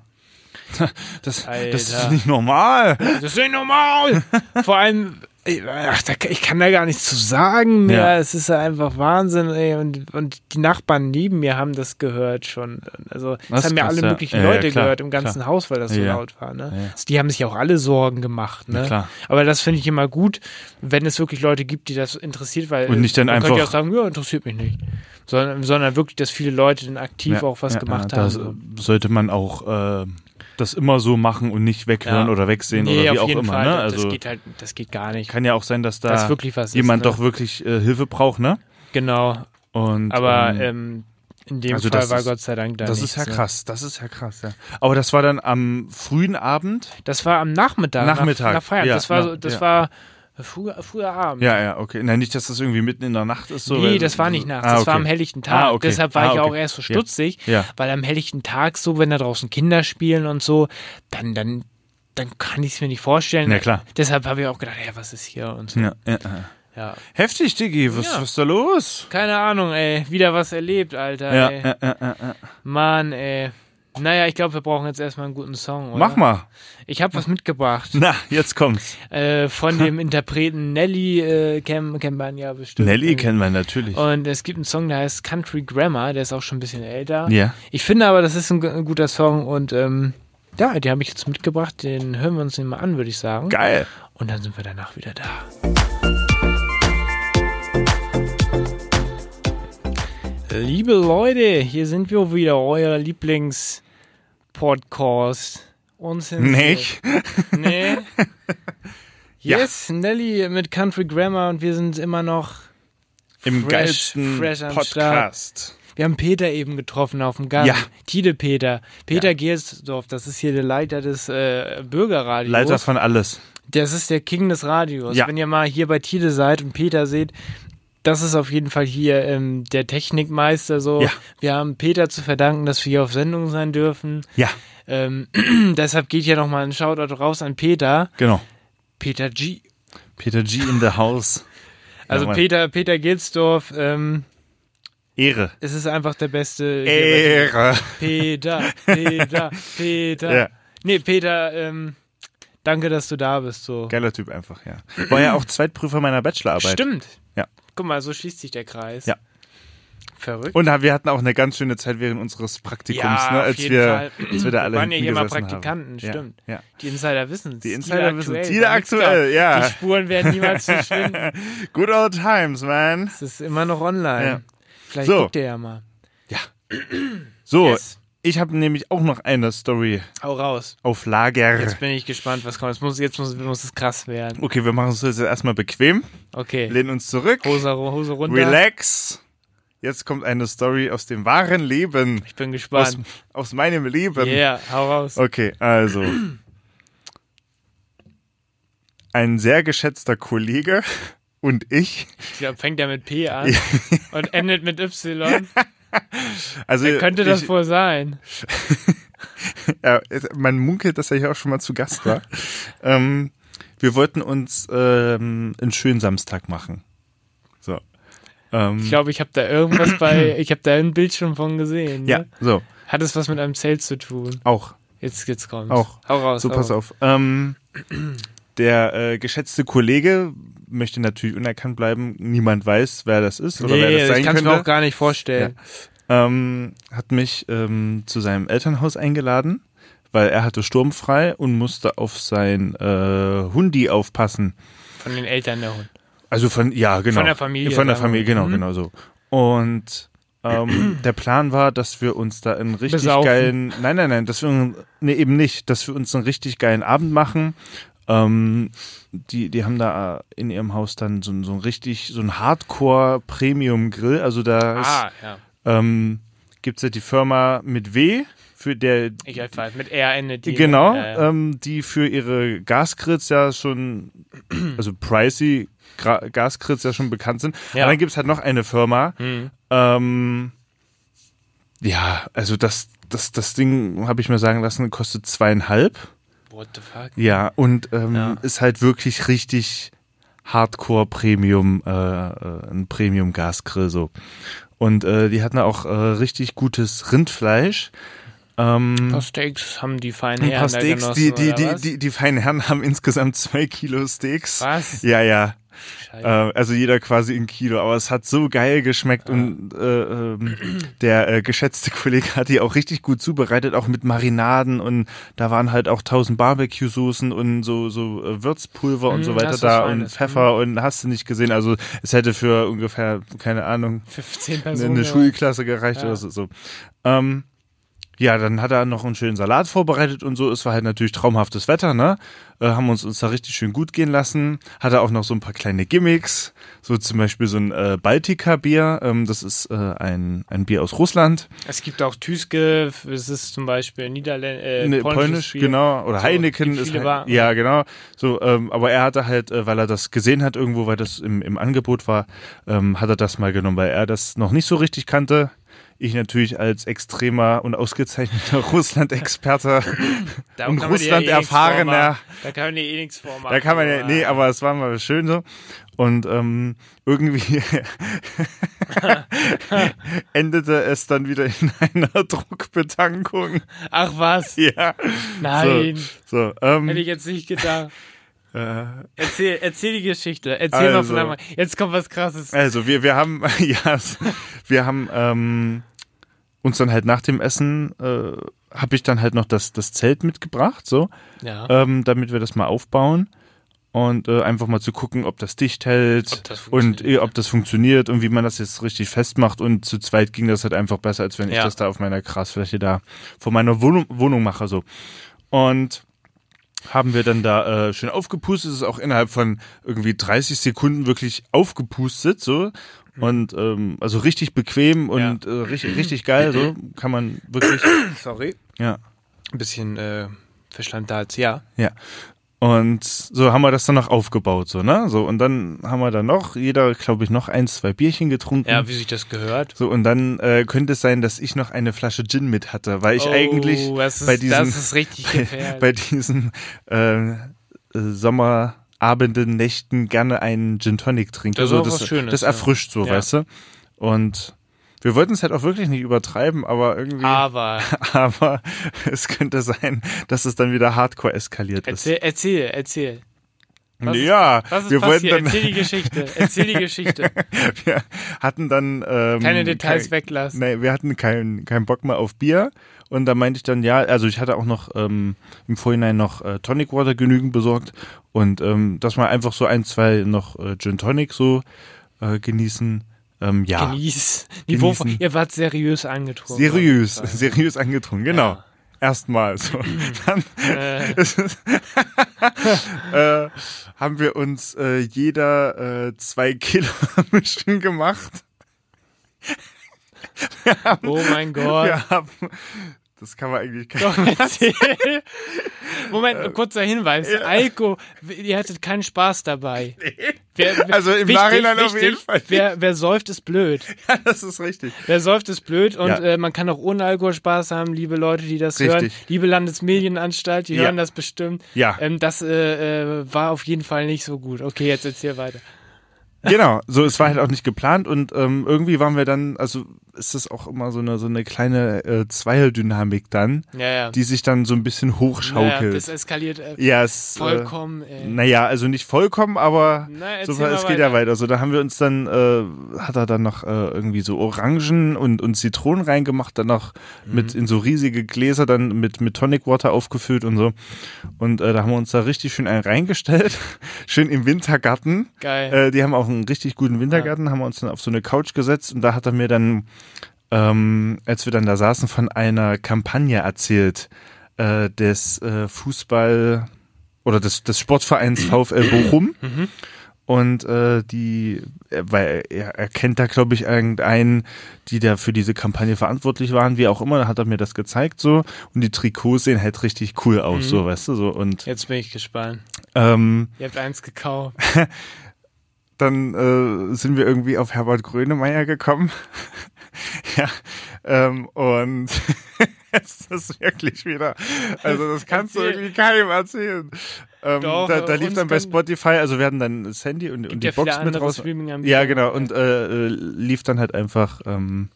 Das,
Alter.
das ist nicht normal.
Das ist nicht normal. Vor allem, ey, ach, da, ich kann da gar nichts zu sagen mehr.
Ja.
Es ist ja einfach Wahnsinn. Ey. Und, und die Nachbarn neben mir haben das gehört schon. Also, das,
Das ist
haben ja
krass,
alle
ja.
möglichen
Ja, ja,
Leute
klar,
gehört im ganzen
klar.
Haus, weil das so
Ja.
laut war. Ne?
Ja.
Also, die haben sich auch alle Sorgen gemacht. Ne?
Na klar.
Aber das finde ich immer gut, wenn es wirklich Leute gibt, die das interessiert, weil
Und nicht dann
man könnte ja auch
einfach-
sagen, ja, interessiert mich nicht. Sondern, sondern wirklich, dass viele Leute dann aktiv
Ja,
auch was
ja,
gemacht
ja,
haben.
Das
So.
äh, sollte man auch äh, das immer so machen und nicht weghören
Ja.
oder wegsehen
Nee,
oder wie
auf
auch
jeden
immer.
Fall.
Ne?
das
Also
geht halt, das geht gar nicht.
kann ja auch sein, dass da
Dass wirklich was ist,
jemand
ne?
doch wirklich äh, Hilfe braucht, ne?
Genau.
Und,
Aber
ähm,
ähm, in dem
also
Fall
das
war
ist-
Gott sei Dank da
das
nichts,
ist ja
ne?
krass, das ist ja krass, ja. Aber das war dann am frühen Abend?
Das war am Nachmittag.
Nachmittag,
Nach, nach Feierabend.
ja,
das war, so,
na-
das
ja.
war früher, früher Abend.
Ja, ja, okay. Nein, nicht, dass das irgendwie mitten in der Nacht ist. So,
nee,
weil-
das war nicht nachts,
Ah,
das war
okay.
am helllichten Tag.
Ah, okay.
Deshalb war
Ah,
ich ja
okay.
auch erst so
Ja.
stutzig,
Ja.
weil am helllichten Tag so, wenn da draußen Kinder spielen und so, dann, dann, dann kann ich es mir nicht vorstellen.
Na klar.
Deshalb habe ich auch gedacht, ja, was ist hier und so.
Ja, ja, ja.
Ja.
Heftig, Diggi, was,
Ja.
was ist da los?
Keine Ahnung, ey, wieder was erlebt, Alter.
Ja,
ey.
ja, ja, ja, ja.
Mann, ey. Naja, ich glaube, wir brauchen jetzt erstmal einen guten Song, oder?
Mach mal. Hm.
Ich habe was mitgebracht.
Na, jetzt kommt's.
äh, von dem Interpreten Nelly äh, kennt, kennt man ja bestimmt.
Nelly
Ähm,
kennen wir natürlich.
Und es gibt einen Song, der heißt Country Grammar, der ist auch schon ein bisschen älter.
Ja.
Ich finde aber, das ist ein, gu- ein guter Song und ähm, ja, den habe ich jetzt mitgebracht. Den hören wir uns den mal an, würde ich sagen.
Geil.
Und dann sind wir danach wieder da. Liebe Leute, hier sind wir wieder, euer Lieblings-Podcast. Unsensiert.
Nicht?
Nee.
Ja.
Yes, Nelly mit Country Grammar und wir sind immer noch.
Im
Fresh-
geilsten
fresh am
Podcast.
Wir haben Peter eben getroffen auf dem Gang.
Ja.
Tide Peter. Peter
Ja.
Gersdorf, das ist hier der Leiter des äh, Bürgerradios.
Leiter von alles.
Das ist der King des Radios.
Ja.
Wenn ihr mal hier bei Tide seid und Peter seht, das ist auf jeden Fall hier ähm, der Technikmeister so.
Ja.
Wir haben Peter zu verdanken, dass wir hier auf Sendung sein dürfen.
Ja,
Ähm, deshalb geht hier nochmal ein Shoutout raus an Peter.
genau.
Peter G.
Peter G. in the house.
Also
Mann.
Peter, Peter Gilsdorf, ähm,
Ehre.
es ist einfach der beste. hier
Ehre.
bei Peter, Peter, Peter.
Ja.
Nee, Peter, ähm, danke, dass du da bist. So.
Geiler Typ einfach, ja. War ja auch Zweitprüfer meiner Bachelorarbeit.
Stimmt.
Ja.
Guck mal, so schließt sich der Kreis.
Ja.
Verrückt.
Und wir hatten auch eine ganz schöne Zeit während unseres Praktikums,
Ja,
ne,
auf
als,
jeden
wir,
Fall.
als wir da
Wir
alle
waren ja
hinten
hier mal
gesessen haben.
Praktikanten, stimmt.
Ja, ja.
Die Insider wissen es.
Die Insider wissen's. Tide aktuell, ja.
Die Spuren werden niemals verschwinden.
Good old times, man.
Es ist immer noch online.
Ja.
Vielleicht
So.
guckt ihr ja mal.
So,
Yes.
ich habe nämlich auch noch eine Story
Hau raus.
auf Lager.
Jetzt bin ich gespannt, was kommt. Jetzt muss, jetzt muss, muss es krass werden.
Okay, wir machen uns das jetzt erstmal bequem,
Okay.
lehnen uns zurück,
Hose, ru- Hose runter.
relax. Jetzt kommt eine Story aus dem wahren Leben,
Ich bin
aus,
gespannt.
aus meinem Leben.
Yeah, hau raus.
Okay, also. Ein sehr geschätzter Kollege und ich,
Ich glaube, fängt er mit P an und endet mit Y.
also
Könnte das
ich,
wohl sein?
ja, es- man munkelt, dass er hier auch schon mal zu Gast war. ähm, wir wollten uns ähm, einen schönen Samstag machen. So. Ähm,
Ich glaube, ich habe da irgendwas bei, ich habe da ein Bild schon von gesehen. Ne?
ja, so,
Hat es was mit einem Zelt zu tun?
auch.
Jetzt, jetzt kommt's.
Auch.
Hau raus.
So,
hau
pass
raus.
auf. Ähm, der äh, geschätzte Kollege möchte natürlich unerkannt bleiben. Niemand weiß, wer das ist oder wer
Nee,
das
das
sein
kannst du mir
könnte.
auch gar nicht vorstellen.
ähm, hat mich ähm, zu seinem Elternhaus eingeladen, weil er hatte sturmfrei und musste auf sein äh, Hundi aufpassen.
Von den Eltern der Hund.
Also von, ja, genau.
Von der Familie,
Von der
sagen wir.
Familie, genau,
Mhm.
genau so. Und ähm, der Plan war, dass wir uns da einen richtig
Besaufen.
geilen, nein, nein, nein, dass wir, nee, eben nicht, dass wir uns einen richtig geilen Abend machen. Ähm, die, die haben da in ihrem Haus dann so, ein- so ein richtig, so ein Hardcore-Premium-Grill. Also da ist,
Ah, ja.
ähm, gibt es ja die Firma mit W, für der,
Ich weiß, mit R äh, endet die.
genau,
Ja, ja.
Ähm, die für ihre Gasgrills ja schon, also pricey Gra Gasgrills ja schon bekannt sind.
Ja. Hm.
Und dann gibt es halt noch eine Firma. Ähm, ja, also das, das, das Ding, habe ich mir sagen lassen, kostet zweieinhalb.
What the fuck?
Ja, und ähm,
Ja.
ist halt wirklich richtig Hardcore Premium, äh, äh, ein Premium Gasgrill so. Und äh, die hatten auch äh, richtig gutes Rindfleisch. Ähm,
Paar Steaks haben die feinen
ein
Herren
paar
da
Steaks,
genossen,
Hm, die, die,
oder
die,
was?
die, die feinen Herren haben insgesamt zwei Kilo Steaks.
Was? Ah,
Ja, ja.
Scheiße.
Äh, also jeder quasi ein Kilo, aber es hat so geil
Ah.
geschmeckt und äh, ähm, der äh, geschätzte Kollege hat die auch richtig gut zubereitet, auch mit Marinaden und da waren halt auch tausend Barbecue-Soßen und so, so äh, Würzpulver und
Mm,
so
das
weiter
ist was
da und
Feines.
Pfeffer und hast du nicht gesehen. Also es hätte für ungefähr, keine Ahnung,
15
eine,
Personen.
eine Schulklasse gereicht
Ja.
oder so. so. Ähm, Ja, dann hat er noch einen schönen Salat vorbereitet und so. Es war halt natürlich traumhaftes Wetter, ne? Äh, haben uns uns da richtig schön gut gehen lassen. Hat er auch noch so ein paar kleine Gimmicks. So zum Beispiel so ein äh, Baltika-Bier. Ähm, das ist äh, ein, ein Bier aus Russland.
Es gibt auch Tüske, es ist zum Beispiel Niederländ äh,
Ne,
polnisches
Polnisch,
Bier.
genau. Oder
So,
Heineken
gibt
ist
viele
halt,
Waren.
Ja, genau. So, ähm, aber er hatte halt, äh, weil er das gesehen hat irgendwo, weil das im, im Angebot war, ähm, hat er das mal genommen, weil er das noch nicht so richtig kannte. Ich natürlich als extremer und ausgezeichneter Russland-Experte
Da
und
kann man dir ja eh nichts
Russland-erfahrener.
vormachen. Da kann man dir eh nichts vormachen.
Da kann man ja, nee, aber es war mal schön so. Und ähm, irgendwie endete es dann wieder in einer Druckbetankung.
Ach was,
Ja.
nein.
So, so ähm,
Hätte ich jetzt nicht gedacht.
Äh,
Erzähl, erzähl die Geschichte. Erzähl
Also.
mal von einmal. Jetzt kommt was krasses.
Also wir, wir haben, ja, es- wir haben ähm, uns dann halt nach dem Essen, äh, habe ich dann halt noch das, das Zelt mitgebracht, so,
Ja.
ähm, damit wir das mal aufbauen. Und äh, einfach mal zu gucken, ob das dicht hält
Ob das
und
funktioniert.
äh, ob das funktioniert und wie man das jetzt richtig festmacht. Und zu zweit ging das halt einfach besser, als wenn ich
Ja.
das da auf meiner Grasfläche da vor meiner Wohnung, Wohnung mache. So. Und haben wir dann da äh, schön aufgepustet. Es ist auch innerhalb von irgendwie 30 Sekunden wirklich aufgepustet, so.
Mhm.
Und ähm, also richtig bequem und äh, richtig, richtig geil, so kann man wirklich.
Sorry.
Ja,
Ein bisschen äh, verschlammt da jetzt, ja.
ja. Und so haben wir das dann noch aufgebaut, so, ne? So, und dann haben wir da noch, jeder, glaube ich, noch ein, zwei Bierchen getrunken.
Ja, wie sich das gehört.
so, und dann äh, könnte es sein, dass ich noch eine Flasche Gin mit hatte, weil ich
Oh,
eigentlich
das ist,
bei diesen,
das ist richtig gefährlich.
bei diesen äh, äh, Sommerabenden, Nächten gerne einen Gin Tonic trinke.
Das ist
so,
auch
das,
was Schönes,
das
ja.
erfrischt so,
Ja.
weißt du? Und wir wollten es halt auch wirklich nicht übertreiben, aber irgendwie,
aber
aber es könnte sein, dass es dann wieder hardcore eskaliert
erzähl, erzähl, erzähl.
ist.
was ist-
Ja,
Was ist
wir wollten dann,
passiert? Erzähl die Geschichte. Erzähl die Geschichte.
wir hatten dann ähm,
Keine Details
kein-
weglassen.
Nee, wir hatten keinen keinen Bock mehr auf Bier. Und da meinte ich dann, ja, also ich hatte auch noch ähm, im Vorhinein noch äh, Tonic Water genügend besorgt. Und ähm, dass man einfach so ein, zwei noch äh, Gin Tonic so äh, genießen. Ähm, ja.
Genieß. Niveau,
Genießen.
ihr wart seriös angetrunken.
seriös, seriös angetrunken, genau.
Ja.
Erstmal so. Dann
Äh,
äh, haben wir uns äh, jeder äh, zwei Kilo Mischen gemacht.
oh mein Gott.
Wir haben, das kann man eigentlich
Doch, erzähl.
Äh,
Moment, kurzer Hinweis. Alko, ihr hattet keinen Spaß dabei. Wer, wer-
Also im Nachhinein auf jeden Fall nicht.
Wer, wer säuft, ist blöd.
Ja, das ist richtig.
Wer säuft, ist blöd. Und
Ja.
äh, man kann auch ohne Alkohol Spaß haben, liebe Leute, die das
Richtig.
hören. Liebe Landesmedienanstalt, die
Ja.
hören das bestimmt.
Ja.
Ähm, das äh, äh, war auf jeden Fall nicht so gut. Okay, jetzt erzähl weiter.
Genau, so es war halt auch nicht geplant und ähm, irgendwie waren wir dann, also ist das auch immer so eine so eine kleine äh, Zweierdynaamik dann,
Ja, ja.
die sich dann so ein bisschen
naja,
hochschaukelt.
das eskaliert äh,
ja, es,
vollkommen.
Äh,
Äh,
naja, also nicht vollkommen, aber
Na, erzähl
so, es
mal
geht ja
weiter.
weiter. So, da haben wir uns dann, äh, hat er dann noch äh, irgendwie so Orangen und, und Zitronen reingemacht, dann noch mit
Mhm.
in so riesige Gläser dann mit, mit Tonic Water aufgefüllt und so. Und äh, da haben wir uns da richtig schön einen reingestellt, schön im Wintergarten.
geil.
Äh, die haben auch einen richtig guten Wintergarten, haben wir uns dann auf so eine Couch gesetzt und da hat er mir dann, ähm, als wir dann da saßen, von einer Kampagne erzählt äh, des äh, Fußball oder des, des Sportvereins VfL Bochum. Und äh, die, äh, weil er, er kennt da, glaube ich, irgendeinen, die da für diese Kampagne verantwortlich waren, wie auch immer, da hat er mir das gezeigt so. Und die Trikots sehen halt richtig cool aus, so, weißt du, so. Und
jetzt bin ich gespannt.
ähm,
Ihr habt eins gekauft.
dann äh, sind wir irgendwie auf Herbert Grönemeyer gekommen. ja, ähm, und es ist wirklich wieder, also das kannst du
Erzähl.
irgendwie keinem erzählen. Ähm,
Doch,
da, da
äh,
lief
uns
dann bei
können-
Spotify, also wir hatten dann das Handy und, und die
ja viele
Box mit
andere
raus.
Streaming-Anbieter.
Ja, genau, und äh, äh, lief dann halt einfach ähm,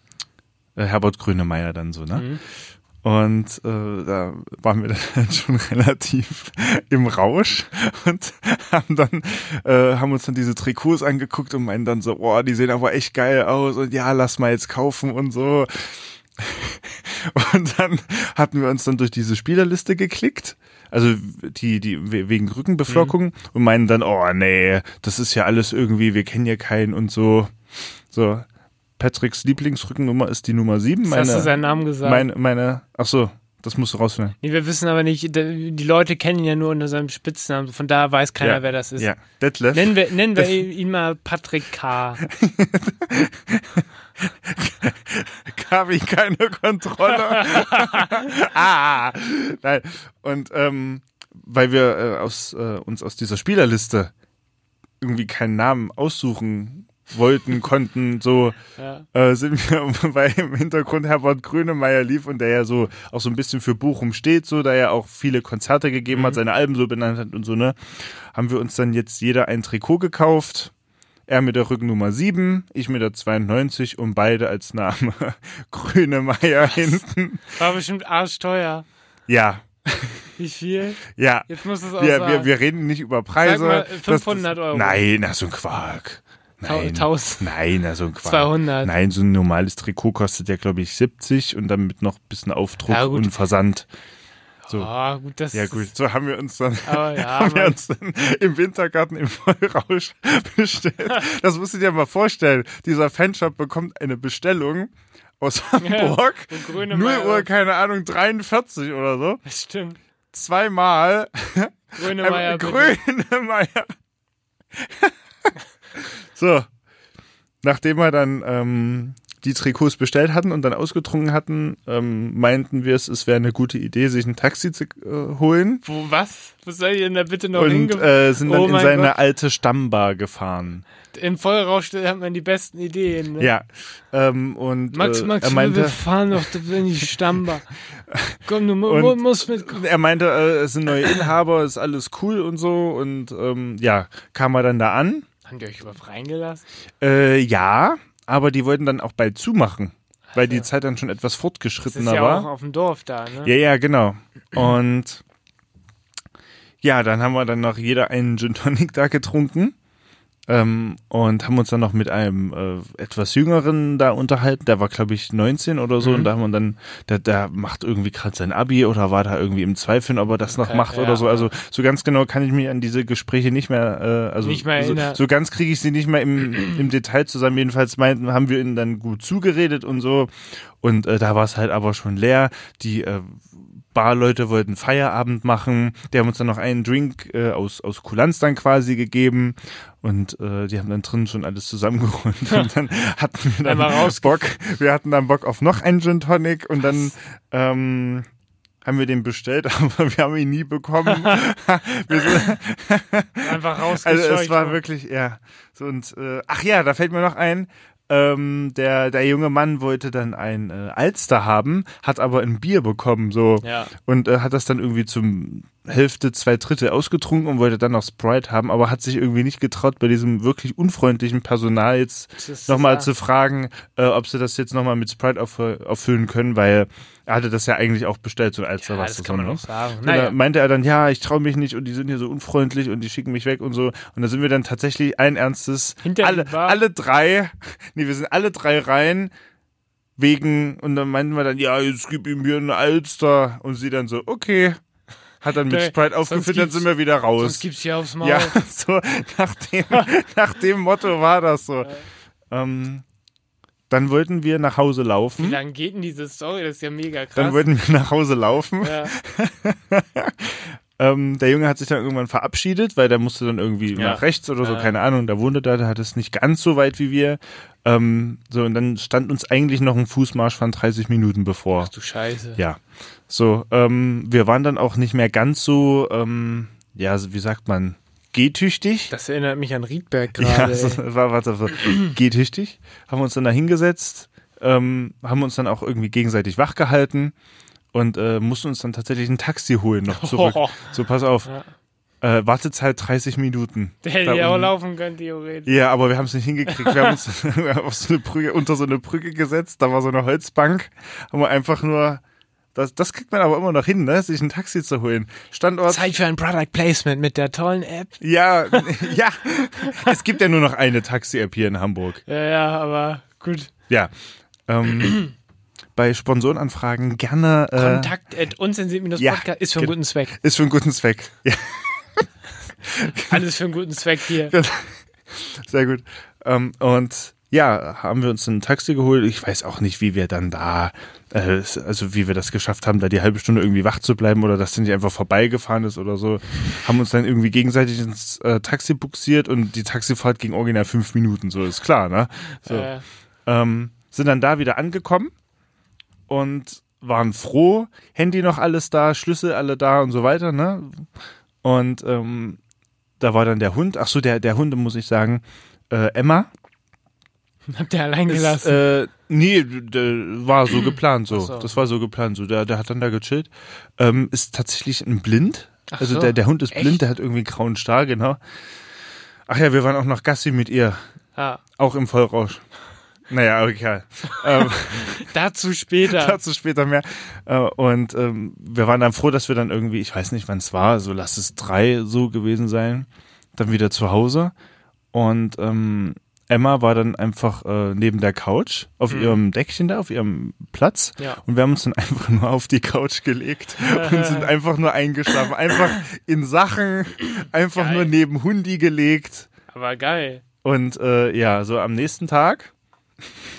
äh, Herbert Grönemeyer dann so, ne?
Mhm.
Und äh, da waren wir dann halt schon relativ im Rausch und haben dann äh, haben uns dann diese Trikots angeguckt und meinen dann so, boah, die sehen aber echt geil aus und ja, lass mal jetzt kaufen und so. Und dann hatten wir uns dann durch diese Spielerliste geklickt. Also die, die we- wegen
Mhm.
Rückenbeflockung und meinen dann, oh nee, das ist ja alles irgendwie, wir kennen ja keinen und so. So. Patricks Lieblingsrückennummer ist die Nummer 7.
Jetzt hast du seinen Namen gesagt.
meine, meine, ach so, das musst du rausfinden.
nee, wir wissen aber nicht, d- die Leute kennen ihn ja nur unter seinem Spitznamen, von daher weiß keiner, wer das ist.
Ja, Detlef.
Nennen wir, nennen wir ihn mal Patrick K.
habe ich keine Kontrolle. ah, nein. Und ähm, weil wir äh, aus, äh, uns aus dieser Spielerliste irgendwie keinen Namen aussuchen wollten, konnten, so
Ja.
äh, sind wir bei im Hintergrund Herbert Grönemeyer lief und der ja so auch so ein bisschen für Bochum steht, so da ja auch viele Konzerte gegeben hat, seine Alben so benannt hat und so, ne? Haben wir uns dann jetzt jeder ein Trikot gekauft. Er mit der Rückennummer 7, ich mit der 92 und beide als Name Grönemeyer hinten.
War bestimmt arschteuer.
Ja,
Wie viel?
ja.
Jetzt muss es auch
Wir,
sagen.
wir, wir reden nicht über Preise.
Sag mal,
Das-
500 Euro.
Nein, na so ein Quark.
Tau-
Nein.
1000.
Nein, na so ein Quark.
200.
Nein, so ein normales Trikot kostet ja, glaube ich, 70 und damit noch ein bisschen Aufdruck
Ja, gut.
und Versand.
Ah, gut, das
Ja, gut. So haben wir uns dann,
Aber ja,
haben wir
Mann.
uns dann im Wintergarten im Vollrausch bestellt. Das musst du dir mal vorstellen. Dieser Fanshop bekommt eine Bestellung aus Hamburg. Ja,
und Grönemeyer.
0 Uhr, Ähm, keine Ahnung, 43 oder so.
Das stimmt.
Zweimal
Grönemeyer.
ähm,
bitte.
Grönemeyer. so. Nachdem wir dann ähm, die Trikots bestellt hatten und dann ausgetrunken hatten, ähm, meinten wir es, es wäre eine gute Idee, sich ein Taxi zu äh, holen.
Wo, was? Was soll ich denn da bitte noch
Und
hinge-
äh, sind dann
Oh
in
mein
seine
Gott.
alte Stammbar gefahren.
Im Vollrausch hat man die besten Ideen. Ne?
Ja. Ähm, und
Max,
äh,
Max,
er
wir
meinte,
fahren doch in die Stammbar. Komm, du mu
Und-
musst mit.
er meinte, äh, es sind neue Inhaber, ist alles cool und so. Und ähm, ja, kam er dann da an.
Haben die euch überhaupt reingelassen?
Äh, ja, aber die wollten dann auch bald zumachen, weil die Zeit dann schon etwas
Das ist
fortgeschrittener
ja auch
war.
auf dem Dorf da, ne?
Ja, ja, genau. Und ja, dann haben wir dann noch jeder einen Gin Tonic da getrunken. Ähm, und haben uns dann noch mit einem äh, etwas jüngeren da unterhalten, der war glaube ich 19 oder so
Mhm.
und da haben wir dann, der, der macht irgendwie gerade sein Abi oder war da irgendwie im Zweifeln, ob er das noch
Okay,
macht
ja.
oder so. Also so ganz genau kann ich mich an diese Gespräche nicht mehr, äh, also
Nicht mehr
so,
erinnern.
so ganz kriege ich sie nicht mehr im, im Detail zusammen. Jedenfalls meinten, haben wir ihnen dann gut zugeredet und so. Und äh, da war es halt aber schon leer. Die äh, Barleute wollten Feierabend machen. Die haben uns dann noch einen Drink äh, aus, aus Kulanz dann quasi gegeben. Und äh, die haben dann drin schon alles zusammengeräumt. Und dann hatten wir
Einmal
dann
raus-
Bock. Wir hatten dann Bock auf noch einen Gin Tonic und dann ähm, haben wir den bestellt, aber wir haben ihn nie bekommen. wir sind,
Einfach
also
rausgescheucht.
es war
worden.
wirklich, ja. So und äh, ach ja, da fällt mir noch ein. Ähm, der, der junge Mann wollte dann ein äh, Alster haben, hat aber ein Bier bekommen, so.
Ja.
Und äh, hat das dann irgendwie zum Hälfte, zwei Drittel ausgetrunken und wollte dann noch Sprite haben, aber hat sich irgendwie nicht getraut, bei diesem wirklich unfreundlichen Personal
Das ist-
jetzt nochmal
ja.
zu fragen, äh, ob sie das jetzt nochmal mit Sprite auf, auffüllen können, weil er hatte das ja eigentlich auch bestellt, so ein Alster
ja,
was
das kann man
so,
auch
ne?
sagen.
Und
Naja.
Da meinte er dann, ja, ich traue mich nicht und die sind hier so unfreundlich und die schicken mich weg und so. Und da sind wir dann tatsächlich ein ernstes,
Hinter
alle,
die Bar.
alle drei, nee, wir sind alle drei rein wegen, und dann meinten wir dann, ja, jetzt gib ihm hier eine Alster. Und sie dann so, okay. Hat dann mit
Nee,
Sprite
sonst
aufgefüllt, dann
gibt's-
sind wir wieder
Sonst
raus.
gibt's hier aufs Maul.
Ja, so nach dem, nach dem Motto war das so. Ähm, dann wollten wir nach Hause
Wie
laufen.
lange geht denn diese Story? Das ist ja mega krass.
Dann wollten wir nach Hause laufen.
ja.
Ähm, der Junge hat sich dann irgendwann verabschiedet, weil der musste dann irgendwie
Ja.
nach rechts oder so,
Ja.
keine Ahnung. Da wohnte da, der hat es nicht ganz so weit wie wir. Ähm, so, und dann stand uns eigentlich noch ein Fußmarsch von 30 Minuten bevor.
Du Scheiße.
Ja. So, ähm, wir waren dann auch nicht mehr ganz so, ähm, ja, wie sagt man, gehtüchtig.
Das erinnert mich an Riedberg
Ja, also,
gerade.
so,
ey.
war, warte, so, geht richtig. Haben uns dann da hingesetzt, ähm, haben uns dann auch irgendwie gegenseitig wach gehalten und äh, mussten uns dann tatsächlich ein Taxi holen noch zurück.
Oh.
So, pass auf. Äh, Wartezeit 30 Minuten.
Der hätte
Da
ja auch
unten.
laufen können, theoretisch.
Ja, aber wir haben es nicht hingekriegt. Wir haben uns auf so eine Brücke, unter so eine Brücke gesetzt, da war so eine Holzbank, haben wir einfach nur. Das, das kriegt man aber immer noch hin, ne? sich ein Taxi zu holen. Standort.
Zeit für ein Product Placement mit der tollen App.
Ja, ja. Es gibt ja nur noch eine Taxi-App hier in Hamburg.
Ja, ja, aber gut.
Ja. Ähm, bei Sponsorenanfragen gerne. Äh,
Kontakt at unsensiert
ja,
podcast ist für einen
genau.
guten Zweck.
Ist für einen guten Zweck. Ja,
Alles für einen guten Zweck hier.
sehr gut. Ähm, und ja, haben wir uns ein Taxi geholt. Ich weiß auch nicht, wie wir dann da, äh, also wie wir das geschafft haben, da die halbe Stunde irgendwie wach zu bleiben oder dass der nicht einfach vorbeigefahren ist oder so. Haben uns dann irgendwie gegenseitig ins äh, Taxi buxiert und die Taxifahrt ging original fünf Minuten, so ist klar, ne? So.
Äh,
Ähm, sind dann da wieder angekommen und waren froh, Handy noch alles da, Schlüssel alle da und so weiter, ne? Und ähm, da war dann der Hund, ach so, der, der Hunde muss ich sagen, äh, Emma
habt ihr allein
ist,
gelassen.
äh, nee, der war so geplant so.
Ach so.
Das war so geplant so. Der, der hat dann da gechillt. Ähm, ist tatsächlich ein Blind.
Ach
also
so.
der, der Hund ist blind,
Echt?
der hat irgendwie einen grauen Star, genau. Ach ja, wir waren auch noch Gassi mit ihr.
ah,
Auch im Vollrausch. Naja, egal. ähm,
dazu später.
Dazu später mehr. Äh, Und ähm, wir waren dann froh, dass wir dann irgendwie, ich weiß nicht, wann es war, so lass es drei so gewesen sein, dann wieder zu Hause. Und ähm, Emma war dann einfach äh, neben der Couch auf ihrem Deckchen da, auf ihrem Platz.
Mhm. Ja.
Und wir haben uns dann einfach nur auf die Couch gelegt und sind einfach nur eingeschlafen. Einfach in Sachen, einfach
Geil.
nur neben Hundi gelegt.
Aber geil.
Und äh, ja, so am nächsten Tag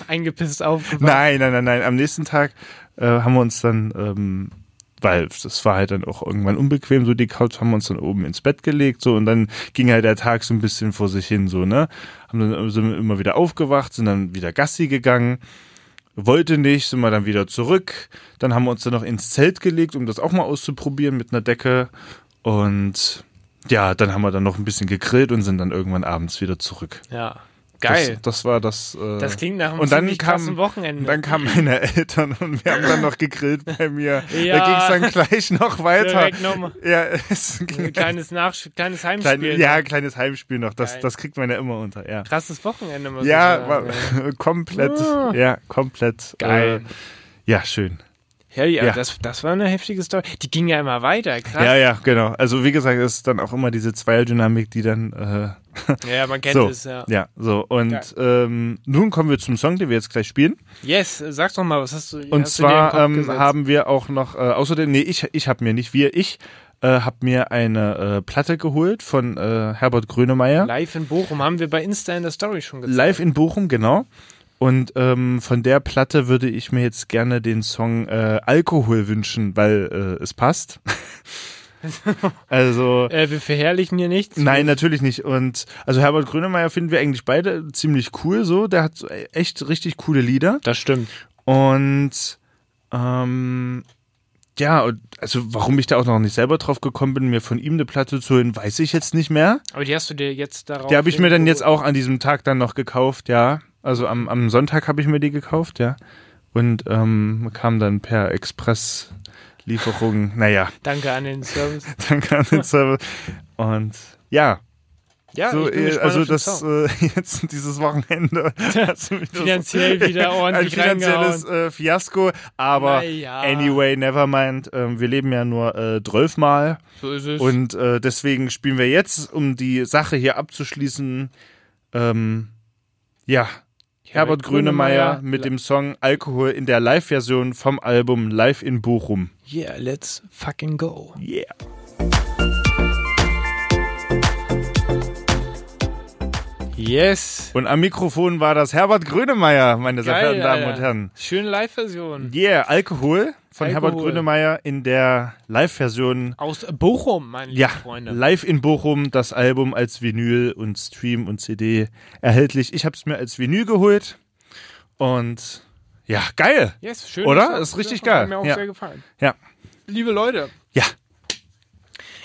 Eingepisst aufgewacht.
Nein, nein, nein, nein. Am nächsten Tag äh, haben wir uns dann, ähm, weil das war halt dann auch irgendwann unbequem, so die Couch, haben wir uns dann oben ins Bett gelegt, so und dann ging halt der Tag so ein bisschen vor sich hin, so, ne? Haben dann sind wir immer wieder aufgewacht, sind dann wieder Gassi gegangen. Wollte nicht, sind wir dann wieder zurück. Dann haben wir uns dann noch ins Zelt gelegt, um das auch mal auszuprobieren mit einer Decke. Und ja, dann haben wir dann noch ein bisschen gegrillt und sind dann irgendwann abends wieder zurück.
Ja. Geil.
Das, das war das. Äh,
Das klingt nach einem
und dann
ziemlich
kam,
krassen Wochenende.
Und dann kamen meine Eltern und wir haben dann noch gegrillt bei mir.
Ja.
Da ging es dann gleich noch weiter.
Direkt nochmal.
Ja, es ging
Ein kleines, Nachsch kleines
klein,
Heimspiel.
ja, kleines Heimspiel noch. Das,
ne? Geil.
das kriegt man ja immer unter. Ja,
Krasses Wochenende. Muss
ja
ich
war,
sagen.
komplett.
Ah.
Ja, komplett.
Geil.
Äh, ja, schön.
Hell ja,
Ja.
Das, das war eine heftige Story. Die ging ja immer weiter, krass.
Ja, ja, genau. Also wie gesagt, es ist dann auch immer diese Zweierdynamik, die dann äh,
ja. man kennt
so.
es, ja.
ja, so. Und
Geil.
ähm, nun kommen wir zum Song, den wir jetzt gleich spielen.
Yes, sag doch mal, was hast du
Und
hast du dir in den
zwar
Kopf
ähm,
gesetzt?
haben wir auch noch, äh, außerdem, nee, ich, ich habe mir nicht, wir, ich äh, habe mir eine äh, Platte geholt von äh, Herbert Grönemeyer.
Live in Bochum haben wir bei Insta in der Story schon gezeigt.
Live in Bochum, genau. Und ähm, von der Platte würde ich mir jetzt gerne den Song äh, Alkohol wünschen, weil äh, es passt. also.
Äh, wir verherrlichen hier nichts.
Nein, natürlich nicht. Und also Herbert Grönemeyer finden wir eigentlich beide ziemlich cool so. Der hat so echt richtig coole Lieder.
Das stimmt.
Und ähm, ja, und also warum ich da auch noch nicht selber drauf gekommen bin, mir von ihm eine Platte zu holen, weiß ich jetzt nicht mehr.
Aber die hast du dir jetzt darauf.
Die habe ich mir dann jetzt
irgendwo-
auch an diesem Tag dann noch gekauft, ja. Also am, am Sonntag habe ich mir die gekauft, ja. Und ähm, kam dann per Express-Lieferung, naja,
Danke an den Service.
dann kam den Server. Und ja,
Ja,
so,
ich bin
äh,
gespannt
also
auf den
das
Song.
äh, jetzt dieses Wochenende hast du wieder so-
Finanziell wieder ordentlich
ein finanzielles äh, Fiasko, aber
Naja.
anyway, never mind. Ähm, wir leben ja nur äh, 12 Mal
so ist es.
und äh, deswegen spielen wir jetzt, um die Sache hier abzuschließen, ähm, ja, Herbert Grönemeyer mit dem Song Alkohol in der Live-Version vom Album Live in Bochum.
Yeah, let's fucking go.
Yeah.
Yes.
Und am Mikrofon war das Herbert Grönemeyer, meine sehr
Geil,
verehrten Damen
Alter.
und Herren.
Schöne Live-Version.
Yeah, Alkohol von Herbert
Alkohol.
Grönemeyer in der Live-Version.
Aus Bochum, meine lieben
Ja,
Freunde.
live in Bochum, das Album als Vinyl und Stream und CD erhältlich. Ich habe es mir als Vinyl geholt und ja, geil.
Yes, schön.
Oder?
das
Ist richtig
das
geil.
Hat mir auch
Ja.
sehr gefallen.
Ja,
Liebe Leute,
ja,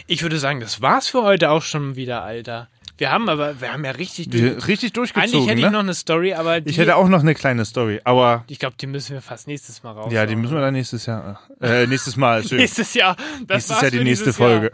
ich würde sagen, das war's für heute auch schon wieder, Alter. Wir haben aber, wir haben ja richtig.
die- richtig
Eigentlich
durchgezogen.
hätte ich
ne?
noch eine Story, aber die,
ich hätte auch noch eine kleine Story, aber
ich glaube, die müssen wir fast nächstes Mal raus.
ja, die müssen wir dann nächstes Jahr, äh, nächstes Mal, schön.
Nächstes Jahr. Das
nächstes
war's
Jahr die
für
nächste
dieses
Folge.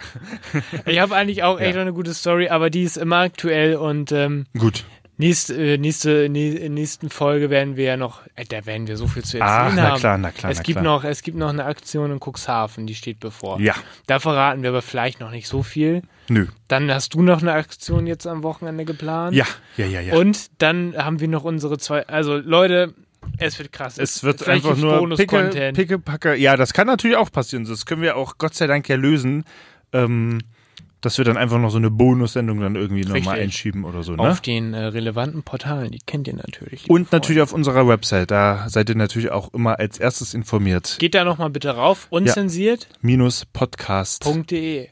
Jahr. Ich habe eigentlich auch echt
Ja.
noch eine gute Story, aber die ist immer aktuell und ähm,
Gut.
nächst, äh, nächste, nä- in nächsten Folge werden wir ja noch, äh, da werden wir so viel zu erzählen
Ach,
haben.
na klar, na klar,
Es
na
gibt
klar.
noch, es gibt noch eine Aktion in Cuxhaven, die steht bevor.
Ja.
Da verraten wir aber vielleicht noch nicht so viel.
Nö.
Dann hast du noch eine Aktion jetzt am Wochenende geplant.
Ja, ja, ja, ja.
Und dann haben wir noch unsere zwei. Also Leute, es wird krass.
Es wird
Vielleicht
einfach
gibt's
nur Picke,
Bonus-Content.
Picke, Packe. Ja, das kann natürlich auch passieren. Das können wir auch Gott sei Dank ja lösen. Ähm, Dass wir dann einfach noch so eine Bonussendung dann irgendwie nochmal
Richtig.
einschieben oder so, ne?
Auf den äh, relevanten Portalen, die kennt ihr natürlich. liebe
Und
Freunde.
natürlich auf unserer Website, da seid ihr natürlich auch immer als erstes informiert.
Geht da nochmal bitte rauf, unzensiert.de.
Minus Podcast.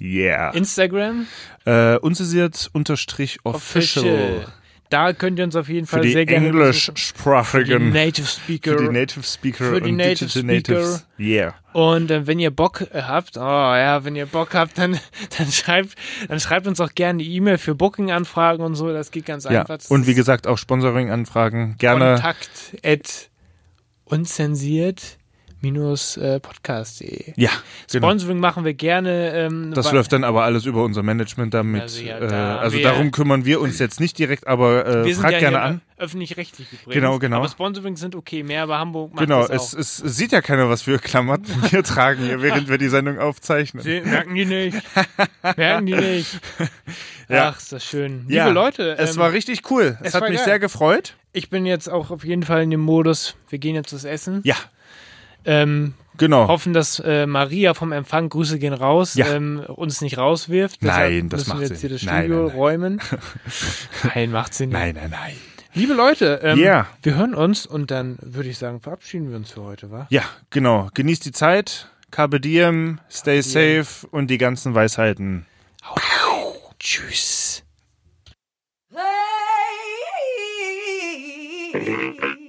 Yeah.
Instagram,
Äh, unzensiert unterstrich official.
Da könnt ihr uns auf jeden
Für
Fall
die
sehr gerne die
englischsprachigen.
Native
Für
Speaker.
die Native Speaker
Für die
und
Native
Digital
Speaker.
Natives. Yeah.
Und äh, wenn ihr Bock äh, habt, oh ja, wenn ihr Bock habt, dann, dann schreibt, dann schreibt uns auch gerne die E-Mail für Booking-Anfragen und so. Das geht ganz
Ja.
einfach. Das
Und wie
ist
gesagt, auch Sponsoring-Anfragen gerne.
Kontakt at unzensiert äh, podcast.de.
Ja, genau.
Sponsoring machen wir gerne. Ähm,
Das
weil-
läuft dann aber alles über unser Management damit.
Also ja,
äh,
da
also
wir-
darum kümmern wir uns jetzt nicht direkt, aber äh,
Wir sind
fragt
ja
gerne
hier ne?
an.
Öffentlich-rechtlich übrigens.
Genau, genau.
Aber Sponsoring sind okay, mehr, aber Hamburg macht
Genau,
das
es,
auch.
es sieht ja keiner, was wir Klamotten hier tragen, hier, während wir die Sendung aufzeichnen.
Sie- Merken die nicht. Merken die nicht.
Ja.
Ach, ist das schön.
Ja,
Liebe Leute,
es
ähm,
war richtig cool. Es,
es
hat
war
mich
geil.
sehr gefreut.
ich bin jetzt auch auf jeden Fall in dem Modus, wir gehen jetzt was essen.
Ja,
Ähm,
genau.
hoffen, dass äh, Maria vom Empfang, Grüße gehen raus,
Ja.
ähm, uns nicht rauswirft.
Nein, das
müssen
macht
wir jetzt
Sinn.
hier das
Nein,
Studio
nein, nein.
räumen. nein, macht Sinn.
nein, nein, nein.
Liebe Leute, ähm,
Ja.
wir hören uns und dann würde ich sagen, verabschieden wir uns für heute, wa?
Ja, genau. Genießt die Zeit. Carpe diem, stay safe und die ganzen Weisheiten.
Tschüss.
Hey!